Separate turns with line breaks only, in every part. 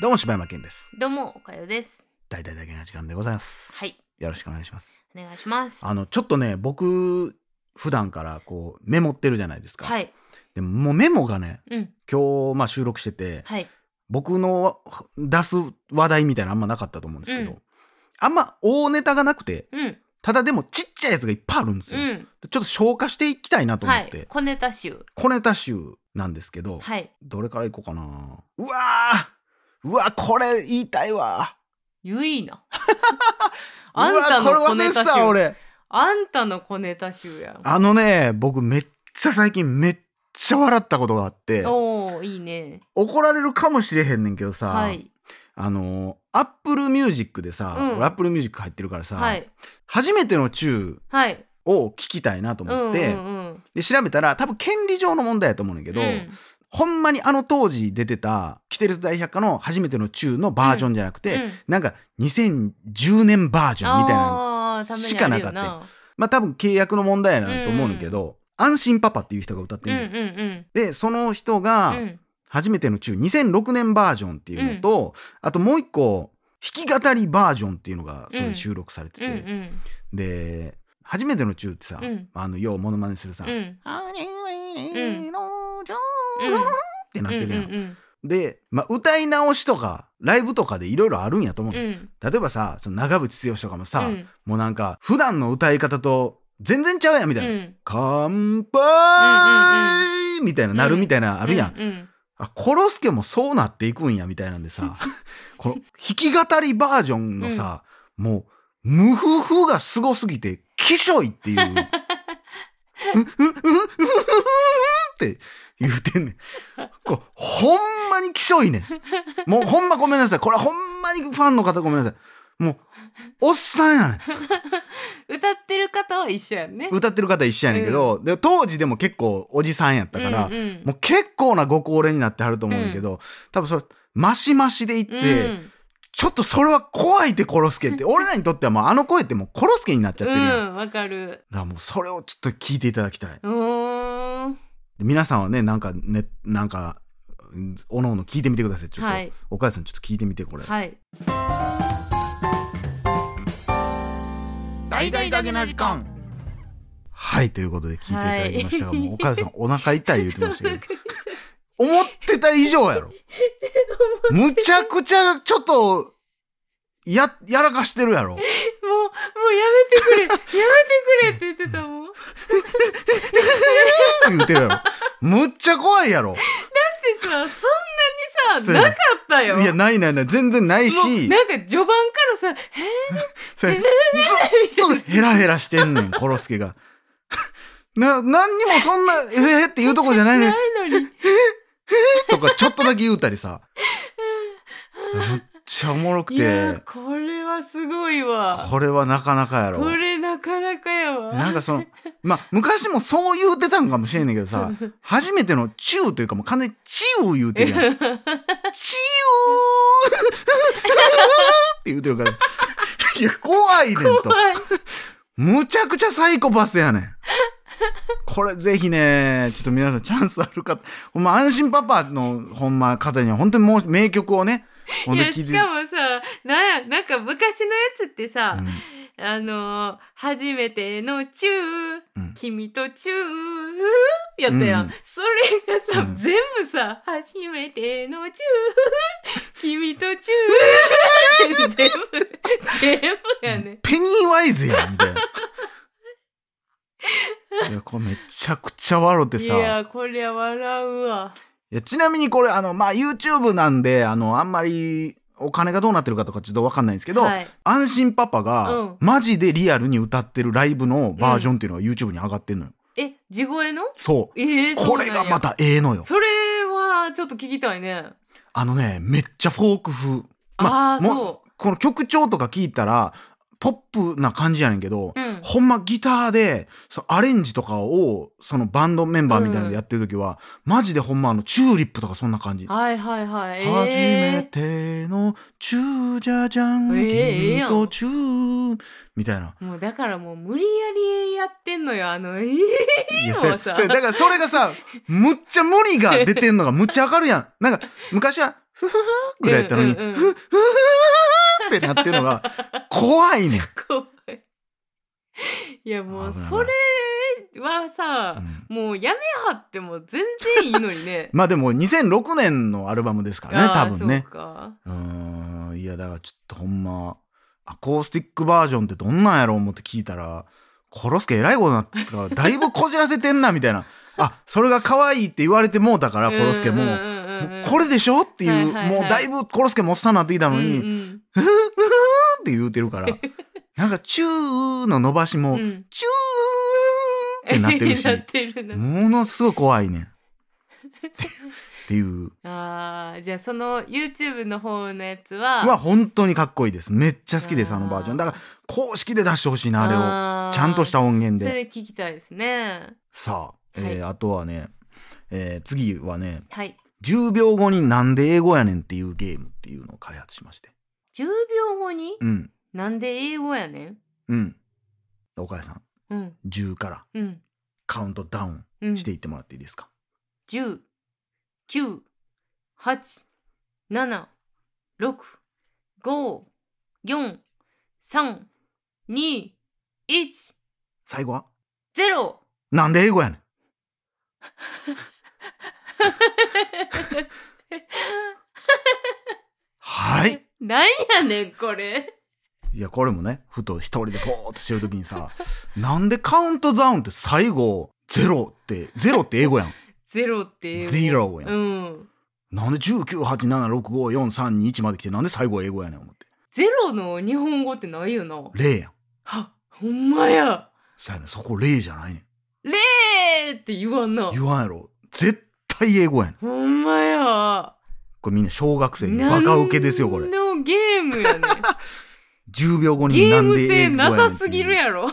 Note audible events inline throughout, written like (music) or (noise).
どうも柴山健です。
どうも、おかよです。
大体だけな時間でございます。
はい、
よろしくお願いします。
お願いします。
あのちょっとね僕普段からこうメモってるじゃないですか。
はい、
でももうメモがね
うん、
今日まあ収録してて、
はい、
僕の出す話題みたいなのあんまなかったと思うんですけど、
うん
あんま大ネタがなくて
うん、
ただでもちっちゃいやつがいっぱいあるんです
う
よ。
ん、
ちょっと消化していきたいなと思
は
って、
い、小ネタ集。
小ネタ集なんですけど、
はい、
どれからいこうかな。うわーうわこれ言いたいわ。
ゆいな。
(laughs) うわ
あんたの小
これ
ネ
忘れ
タ
てた
集。
俺。
あんたの小ネタ集やん。
あのね、僕めっちゃ最近めっちゃ笑ったことがあって、
おお、いいね。
怒られるかもしれへんねんけどさ、
はい、
あの、アップルミュージックでさ、
うん
俺アップルミュージック入ってるからさ、
はい、
初めてのチュー
はい、
を聞きたいなと
うん、う
思っ
ん、う
て、
ん。
で、調べたら多分権利上の問題やと思うねんだ
け
けど、ほんまにあの当時出てた、キテレツ大百科の初めてのチューのバージョンじゃなくて、なんか2010年バージョンみたいな、
ああー、ためにある
し
よ
かなか
な。
まあ多分契約の問題やなと思うねんだけど、安心パパっていう人が歌って
うん、
る
うんん、
ですよ
うん。
で、その人が、
うん
初めての中2006年バージョンっていうのと、あともう一個弾き語りバージョンっていうのがそれに収録されて
う
て、
んうん
で初めての中ってさ、
うん
あのようモノマネするさ「
うん
あれ
うん
のジョ
う
ーン」
ん
ってなってるやん。
うんうん
で、まあ、歌い直しとかライブとかでいろいろあるんやと思う、
うんうん
例えばさその長渕剛とかもさ、
うん
もうなんか普段の歌い方と全然ちゃうやんみたいな「
うん
乾杯!」みたいななるみたいなあるやん
ううん
あ、コロスケもそうなっていくんや、みたいなんでさ、この弾き語りバージョンのさ、もう、無夫婦がすごすぎて、きしょいっていう。う、う、う、う、う、う、って言うてんねん。こうほんまにきしょいねん。もうほんまごめんなさい。これはほんまにファンの方ごめんなさい。もう、おっさんやねん。
歌ってる方は一緒やんね。
歌ってる方一緒やねんけど、で当時でも結構おじさんやったから、
うんうん
もう結構なご高齢になってはると思うんだけど、多分それ、マシマシで言って、
うん
ちょっとそれは怖いってコロスケって、俺らにとってはもうあの声ってもうコロスケになっちゃってるやん。だか
うんわかる
らもうそれをちょっと聞いていただきたい。
うーん
で皆さんはね、なんかね、なんか、うんおのおの聞いてみてください。ちょっと、
はい
お母さんちょっと聞いてみて、これ。
はい
大々だけな時間はい、ということで聞いていただきましたが、
はい
もうお母さんお腹痛い言ってましたけど、思ってた以上や
(laughs)
ろ。むちゃくちゃ、ちょっと、や、やらかしてるやろ。
(laughs) もうもうやめてくれやめてくれって言ってたもんだっ
言ってるやろ。むっちゃ怖いやろ。
てさそんなに
そ
さ
うやね
なかったよ
いや、ないないない、全然ない
もう
し、
なんか序盤からさ「え
それずっとヘラヘラしてんねん、コロスケが。 (laughs) な、何にもそんな、ええって言うとこじゃないの
な
に、
いのに
とか、ちょっとだけ言うたりさ。むっちゃおもろ」く
いや
て、
これはすごいわ
これはなかなかやろ。
これなかなかやわ
なんかその、まあ、昔もそう言うてたんかもしれんねんけどさ、初めてのチューというかもう完全にチュー言うてるやん。チューって (laughs) 言うてるから、いや、怖いねんと。
怖い
むちゃくちゃサイコパスやねん。これぜひね、ちょっと皆さんチャンスあるか、ほんま安心パパのほんま方には本当にもう名曲をね、ほん
い
と
や
に聞い。
してかもさなんやなんか昔のやつってさ、
うん
あのー初めてのチュー、
うん
君とチューやったやん、
うん
それがさ、
うん
全部さ初めてのチ
(laughs)
ュー君とチュー全部全部やね
ペニーワイズやん、みたい
(laughs)
な。いや、これめちゃくちゃ笑って
い
さ。
やこりゃ笑うわ
いやちなみにこれあの、まあ、YouTube なんであのあんまりお金がどうなってるかとかちょっと分かんないんですけど、
はい、
安心パパ
う
が
ん
マジでリアルに歌ってるライブのバージョンっていうのが YouTube に上がってんのよ。
え地声の
そ
えー、
うこれ
そうな
が
んや
またええのよ。
それはちょっと聞きたいね、
あのねめっちゃフォーク風。ま
ああー
も
そ
この曲調とか聞いたらポップな感じやねんけど、
ううん
ほんまギターでそうアレンジとかをそのバンドメンバーみたいなのでやってる時は、マジでほんまあのチューリップとかそんな感じ。
はいはいはいえー
初めてのチューじゃじゃん、
ええええ
君
やん
とチューみたいな。
もうだからもう無理やりやってんのよあのえー
い
も
それ
さ (laughs)
それだからそれがさ、むっちゃ無理が出てんのがむっちゃわかるやん。なんか昔はふふふぐらいやったのに、
うんうんうん
ふふふってなってるのが怖いねん。
怖い。いやもう
危ない
それはさ、
うん。
もうやめはっても全然いいのに
(laughs)
ね
まあでも2006年のアルバムですからね、多分ね
あー。そうか
うーん、いやだからちょっとほんま、アコースティックバージョンってどんなんやろう思って聞いたら、コロスケえらいことになってたから、だいぶこじらせてんな、みたいな。あ、それが可愛いって言われてもうたから、コロスケも。
うんう
も
んうんうん
うこれでしょっていう、
はいはいはい
もうだいぶコロスケもおっさんになってきたのに、
うんうん
ふふふって言うてる
(laughs)
から、なんか、チューの伸ばしも、
うん
チューってなってるし
(laughs) な、ってるなってる
ものすごい怖いねん。って
(laughs)
いう。
あーじゃあその YouTube の方のやつは
は本当にかっこいいです。めっちゃ好きです、あのバージョン。だから
ら、
公式で出してほしいな、あれを。ちゃんとした音源
そ
で。
れ聞きたいですね
さあ、えー
はい
あとはね、えー次はね、
はい
10秒後になんで英語やねんっていうゲームっていうのを開発しまして。
10秒後に、
うん、
なんで英語やねん
うん。岡谷さん、
うん
10から
うん
カウントダウン
うん
していってもらっていいですか。
十、九、八、七、六、五、四、三、二、一、
最後は
ゼロ。
なんで英語やねん。はい。
なんやねんこれ。
いや、これもね、ふと一人でぼーっとしてるときにさ、なんでカウントダウンって最後、ゼロって、ゼロって英語やん。
ゼロっていう。
ゼロやん。
うん。
なんで198765431まで来て、なんで最後英語やねん思って。
ゼロの日本語ってないよな。
0やん。
は、ほんまや。
そやねんそこ0じゃないねん。
えーって言わんな。
言わんやろ。絶対英語やねん。
ほんまや。
これみんな小学生にバカ受けですよ、これ
何。のゲームやねん。
10秒後に
ゲ
な
ー
ん
ム
で英
性
語や
な
ねん
さすぎる
ん。
やろ。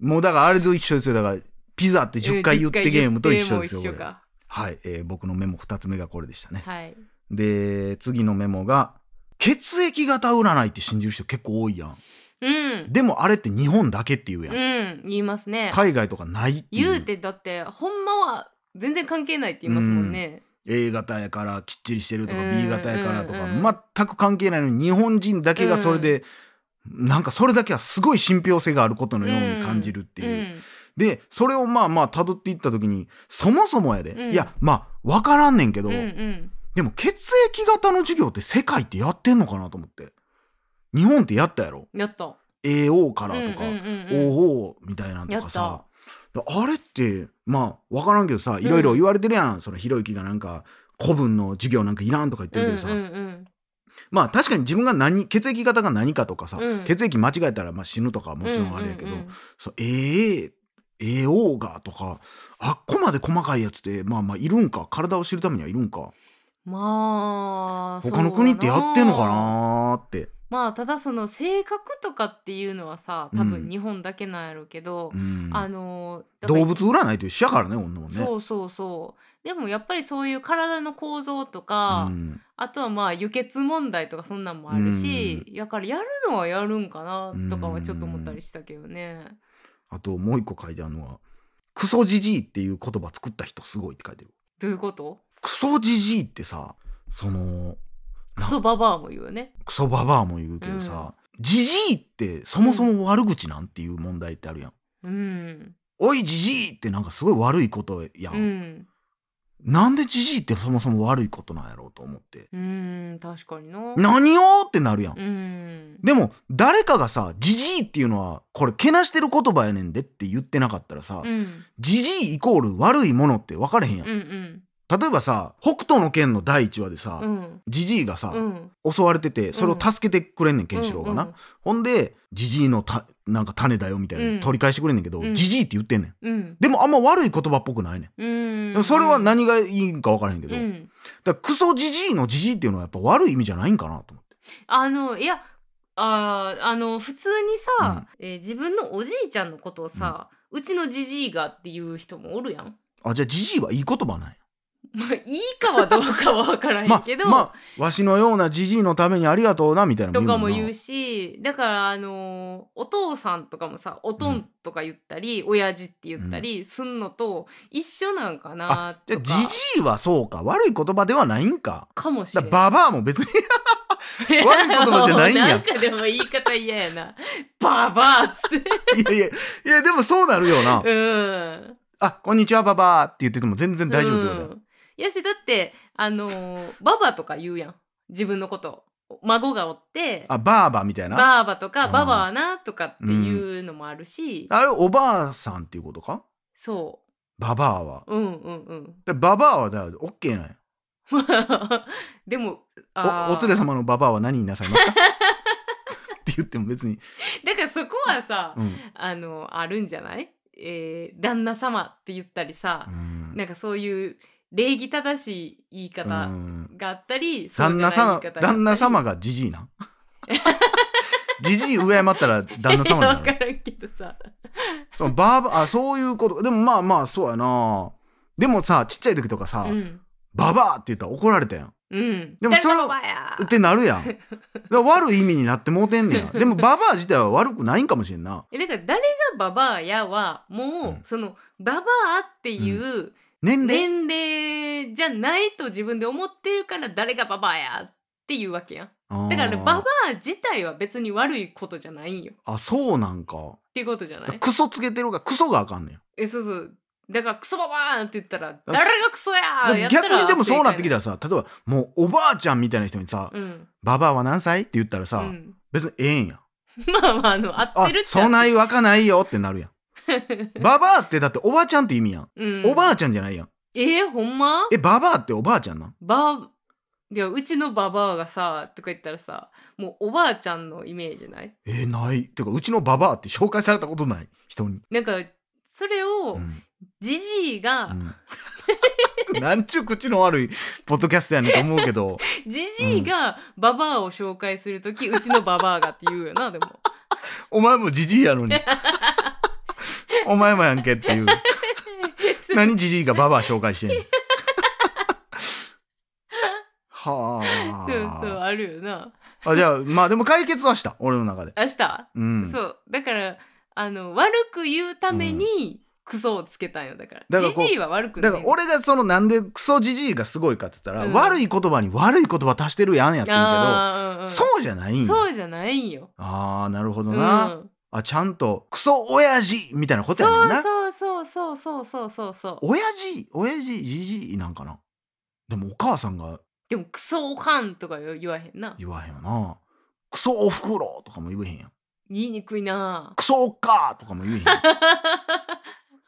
もうだからあれと一緒ですよ。だから、ピザって10回言ってゲームと一緒ですよ。
(laughs) 10回言っても一緒
これ
か。
はい、えー僕のメモ2つ目がこれでしたね。
はい。
で、次のメモが、血液型占いって信じる人結構多いやん。
うん。
でもあれって日本だけって言うやん。
うん。言いますね。
海外とかないっていう。
言うてだってほんまは全然関係ないって言いますもんね。
A 型やからきっちりしてるとか
うん
B 型やからと
うんうん
か全く関係ないのに日本人だけがそれで、なんかそれだけはすごい信憑性があることのように感じるっていう。
うん。
でそれをまあまあ辿っていった時にそもそもやで、
うん
いやまあ分からんねんけど、
うんうん。
でも血液型の授業って世界ってやってんのかなと思って日本ってやったやろ
やった。
AO か
う
ら
んうん
とか、
うん
OO みたいなんとかさあれってまあ分からんけどさ
ん
いろいろ言われてるやん、そのひろゆきがなんか古文の授業なんかいらんとか言って
うん
る
う
け
ん
どさ、
うん
まあ確かに自分が何血液型が何かとかさ、
うん
血液間違えたらまあ死ぬとかはもちろんあれやけど、
うんうんうん
そう AA AO がとかあっこまで細かいやつってまあまあいるんか体を知るためにはいるんか
まあ
他の国ってやってんのか
そうだ
なーって。
まあただその性格とかっていうのはさ多
うん
分日本だけなんやろうけど、
うん
あのだから
動物占いと一緒やからね女もね。
そうそうそうでもやっぱりそういう体の構造とか、
うん
あとはまあ輸血問題とかそんなんもあるし、やからやるのはやるんかなとかはちょっと思ったりしたけどね。
あともう一個書いてあるのは「クソジジイ」っていう言葉作った人すごいって書いてる。
どういうこと
クソジジイってさその
クソババアも言うよね。
クソババアも言うけどさ、ジジイってそもそも悪口なんていう問題ってあるやん。
うん。
おいジジイってなんかすごい悪いことやん。
うん。
なんでジジイってそもそも悪いことなんやろうと思って。
うん。確かにな。
何をってなるやん。
うん。
でも誰かがさ「ジジイ」っていうのはこれけなしてる言葉やねんでって言ってなかったらさ
うん。うん
「ジジイ」イコール悪いものって分かれへんやん
う。ん。
例えばさ「北斗の拳」の第1話でさ、
うん。
ジジイがさ、
うん。
襲われててそれを助けてくれんねんケンシロウがな、ほんでジジイのたなんか種だよみたいな、
うん
取り返してくれんねんけど、
うん
ジジイって言ってんねん
うん。
でもあんま悪い言葉っぽくないねん、
うん。
でもそれは何がいいんか分からへんけど、
う
だか
ん。
らクソジジイのジジイっていうのはやっぱ悪い意味じゃないんかなと思って
あのいやあーあの普通にさ、えー自分のおじいちゃんのことをさ、うちのじじいがっていう人もおるやん。
あじゃあジジイはいい言葉なんや
まあいいかはどうかは分からへん
ま
けど、
あ、まあ、わしのようなじじいのためにありがとうなみたいな
とか
ん
も言う
し
しだからあのーお父さんとかもさおとんとか言ったり、親父って言ったりすんのと一緒なんかな
じ
と
ゃ
か
じじいはそうか悪い言葉ではないんか
かもし
だ
れ
か
な
ら
い。
ババアも別に悪い言葉じゃないんや
(laughs) なんかでも言い方嫌やな。ババアっ
(laughs)
つって。
いやいやいやでもそうなるよな
うん。
あこんにちはババアって言ってても全然大丈夫ってことだよ、
うんやしだってあのーババとか言うやん自分のこと孫がおって
あバーバみたいな
バーバとか
うん
ババアなとかっていうのもあるし、
あれおばあさんっていうことか
そ
ババアは
ううんうんうん
でババアはだからオッケーなんや
(laughs) でも
おお連れ
ん
様のババアは何になさいますか (laughs) って言っても別に、
だからそこはさ、
うん
あのあるんじゃないえー旦那様って言ったりさ
う、ん
なんかそういう礼儀正しい言い方
うん
があったり、そう
旦
じゃ
那
ない言
様
い方があったり
旦那様がじじい
(laughs)
なじじい上回ったら旦那様に
いや
な
(laughs) わか
る
らんけどさ
そのバーバあそういうことでもまあまあそうやなでもさちっちゃい時とかさ、
うん
ババアって言ったら怒られたやん
うん
でもそれ
誰がババや
ってなるやんだから悪い意味になってもうてんねや
(laughs)
でもババア自体は悪くないんかもしれんな
えだから誰がババアやはもう、
うん
そのババアっていう
年齢
年齢じゃないと自分で思ってるから誰がババアやっていうわけやんだから
あー
ババア自体は別に悪いことじゃないんよっ
あそうなんか
ていうことじゃない
クソつけてるがクソがあかんねん
えそうそうだからクソババアって言ったら誰がクソやーやったら
逆にでもそうなってきた
正
らさ例えばもうおばあちゃんみたいな人にさ
解なんやうん
「ババアは何歳?」って言ったらさ、
うん
別にええんや
まあまああの合
あ
ってるっちゃ
そない若ないよってな
(laughs)
るやんババアってだっておばちゃんって意味やん、
うん
おばあちゃんじゃないやん
えー、ほんま
えババアっておばあちゃんなん
ばいやうちのババアがさとか言ったらさもうおばあちゃんのイメージない
えないてかうちのババアって紹介されたことない人に、
なんかそれ
う
を
ん
じじいが
うん (laughs) なんちゅう口の悪いポッドキャストやねんと思うけ
(laughs)
ど
じじいがババアを紹介する時うちのババアがって言うよなでも
お前もじじいやのにお前もやんけって
(laughs)
いう (laughs) 何じじいがババア紹介してんのはあ
そうそうあるよな
あじゃあまあでも解決はした俺の中で
明日、
うん
そうだからあの悪く言うためにクソをつけたんよだから
だから
じ
こう
じいは悪くない
だから俺がそのなんでクソじじいがすごいかっつったら、
うん
悪い言葉に悪い言葉足してるやんやって言う
あーうん
け
うん
ど、そうじゃないんや
そうじゃないんよ、
ああなるほど
うん、
な、あちゃんとクソ親父みたいなことやねんな
そうそうそうそうそうそうそう
親父親父じじいなんかなでもお母さんが
でもクソおかんとか言わへんな。
言わへんよなクソおふくろとかも言えへんやん
言いにくいな。 (laughs)
クソおっかーとかも言えへんやん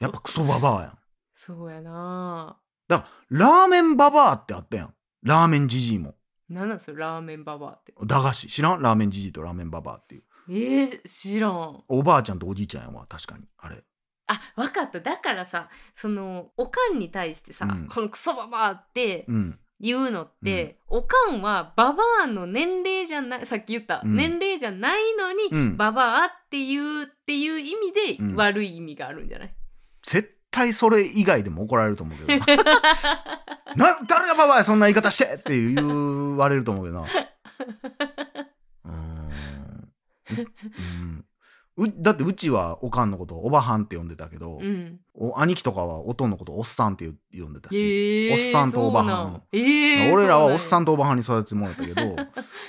やっぱクソババアやん
そうやな。
だからラーメンババアってあったやんラーメンじじいも
なんなんそれラーメンババアって。
駄菓子知らんラーメンじじいとラーメンババアっていう
えー、知らん。
おばあちゃんとおじいちゃんやわ確かにあれ
あわかっただからさそのおかんに対してさ、
うん
このクソババアって
うん
言うのって、おかんはババアの年齢じゃないさっき言った、
うん
年齢じゃないのに、
うん
ババアっていうっていう意味で、
うん
悪い意味があるんじゃない
絶対それ以外でも怒られると思う
(laughs)
けどな誰がババアやそんな言い方してって言われると思うけどなうーんう、うん、うだってうちはおかんのことをおばはんって呼んでたけど、
うん。
お兄貴とかはおとんのことをおっさんって呼んでた
え
し、
ー
おっさんとおばはん
そうなんえー、
俺らはおっさ
ん
んとおばはんに育ててもらったけど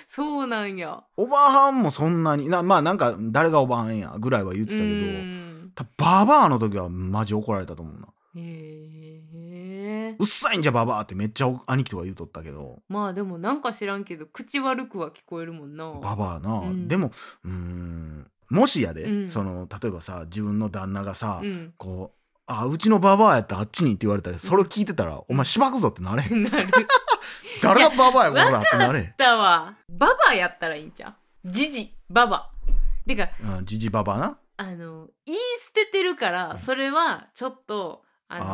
そうなんや。
おばはんもそんなになまあなんか誰がおばはんやぐらいは言ってたけど、
うん
たババアの時はマジ怒られたと思うな。
へえ
うっさいんじゃババアってめっちゃお兄貴とか言うとったけど
まあでもなんか知らんけど口悪くは聞こえるもんな
ババアな、
うん
でもうーんもしやで、
うん
その例えばさ自分の旦那がさ、
うん (laughs)
こう「あうちのババアやったらあっちに」って言われたらそれを聞いてたら「お前しばくぞ」ってなれへん (laughs)
なる
誰がババアやこらってなれへん
だわババやったらいいんちゃうジジババてか
うんジジババアな
あの言い捨ててるからそれはちょっとあの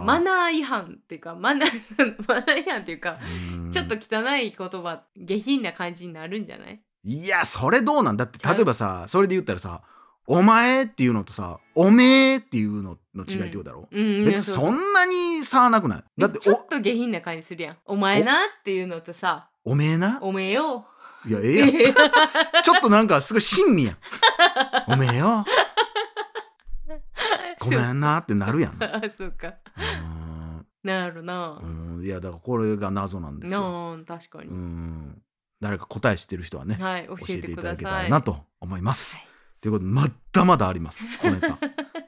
あー
マナー違反っていうかマナー (laughs) マナー違反っていうか
うん
ちょっと汚い言葉下品な感じになるんじゃない
いやそれどうなんだって
ちゃう
例えばさそれで言ったらさお前っていうのとさ、おめえっていうのの違いってことだろ、
うん、
別に
そう
そんなに差はなくないだって
ちょっと下品な感じするやん。お前なっていうの
(laughs)
とさ、
おおめえな
おめえよ。
いやええやんちょっとなんかすごい親身やん
(laughs)
おめえよごめんなってなるやんう
あ (laughs) (laughs) そうか。なるな
ー。んうんいやだからこれが謎なんですよ
なあ、確か
う
に。
ん誰か答えしてる人はね
はい、教
教
え
え
て
ていた
くだ
だけた
さ
ら
い。
なと思います
はい
ということでまだまだありますこのネ
(laughs)
タ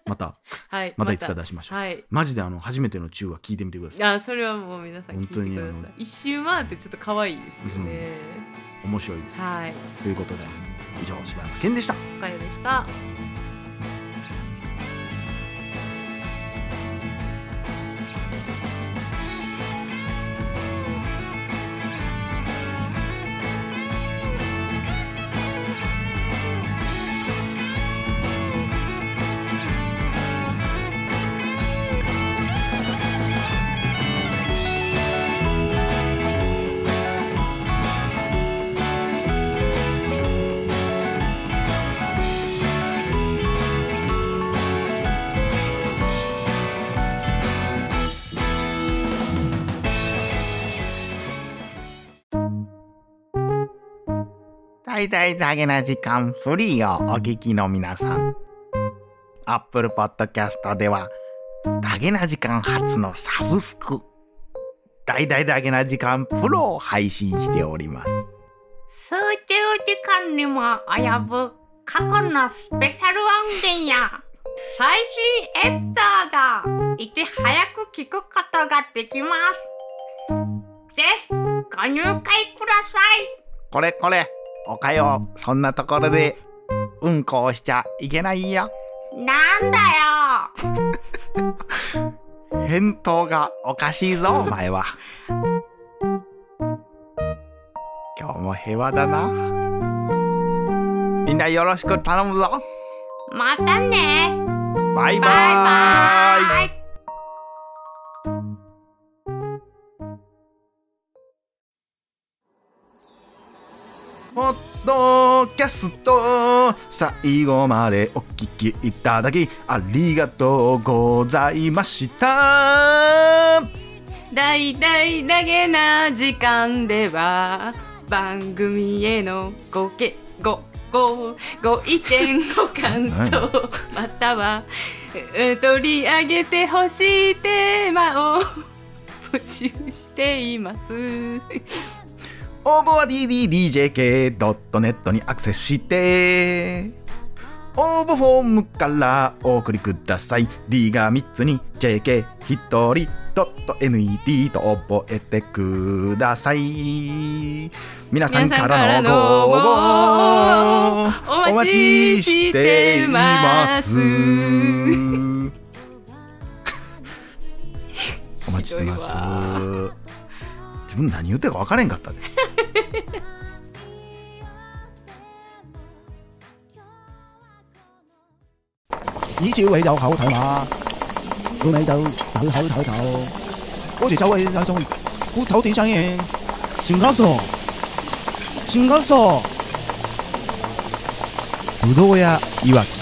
また
はい、
またいつか出しましょう
はい。
マジであの初めての中は聞いてみてください
あ、それはもう皆さん聞いてくだ
本当に
さ
あの
い。一周回ってちょっと可愛いですよね。
面白いです
はい、
ということで以上柴山健でした
おかよでした。
大々だげな時間フリーをお聞きの皆さん。Apple Podcast では、だげな時間初のサブスク、大々だげな時間プロを配信しております。
数十時間にも及ぶ過去のスペシャル音源や最新エピソードをいち早く聞くことができます。ぜひご入会ください。
これこれ、おかよう、そんなところで、うんこをしちゃいけないよ。
なんだよ
返答がおかしいぞ、お前は。今日も平和だな。みんなよろしく頼むぞ。
またね
バイバ
バイバ
イ
イ
ポッドキャスト最後までお聞きいただきありがとうございました
大々だげな時間では番組へのごけごごご意見ご感想またはえー取り上げてほしいテーマを募集しています。
応募は ddjk.net にアクセスして応募フォームからお送りください D が3つに JK1 人 .net と覚えてください皆さんからのご応募
お待ちしてます。
お待ちしてます。
ひどい
自分何言ってるか分からへんかったで。
咦，只尾有口頭馬，老尾就有口頭頭。嗰時走位有種骨頭點生硬，前卡索，前卡索。ぶどうやいわき。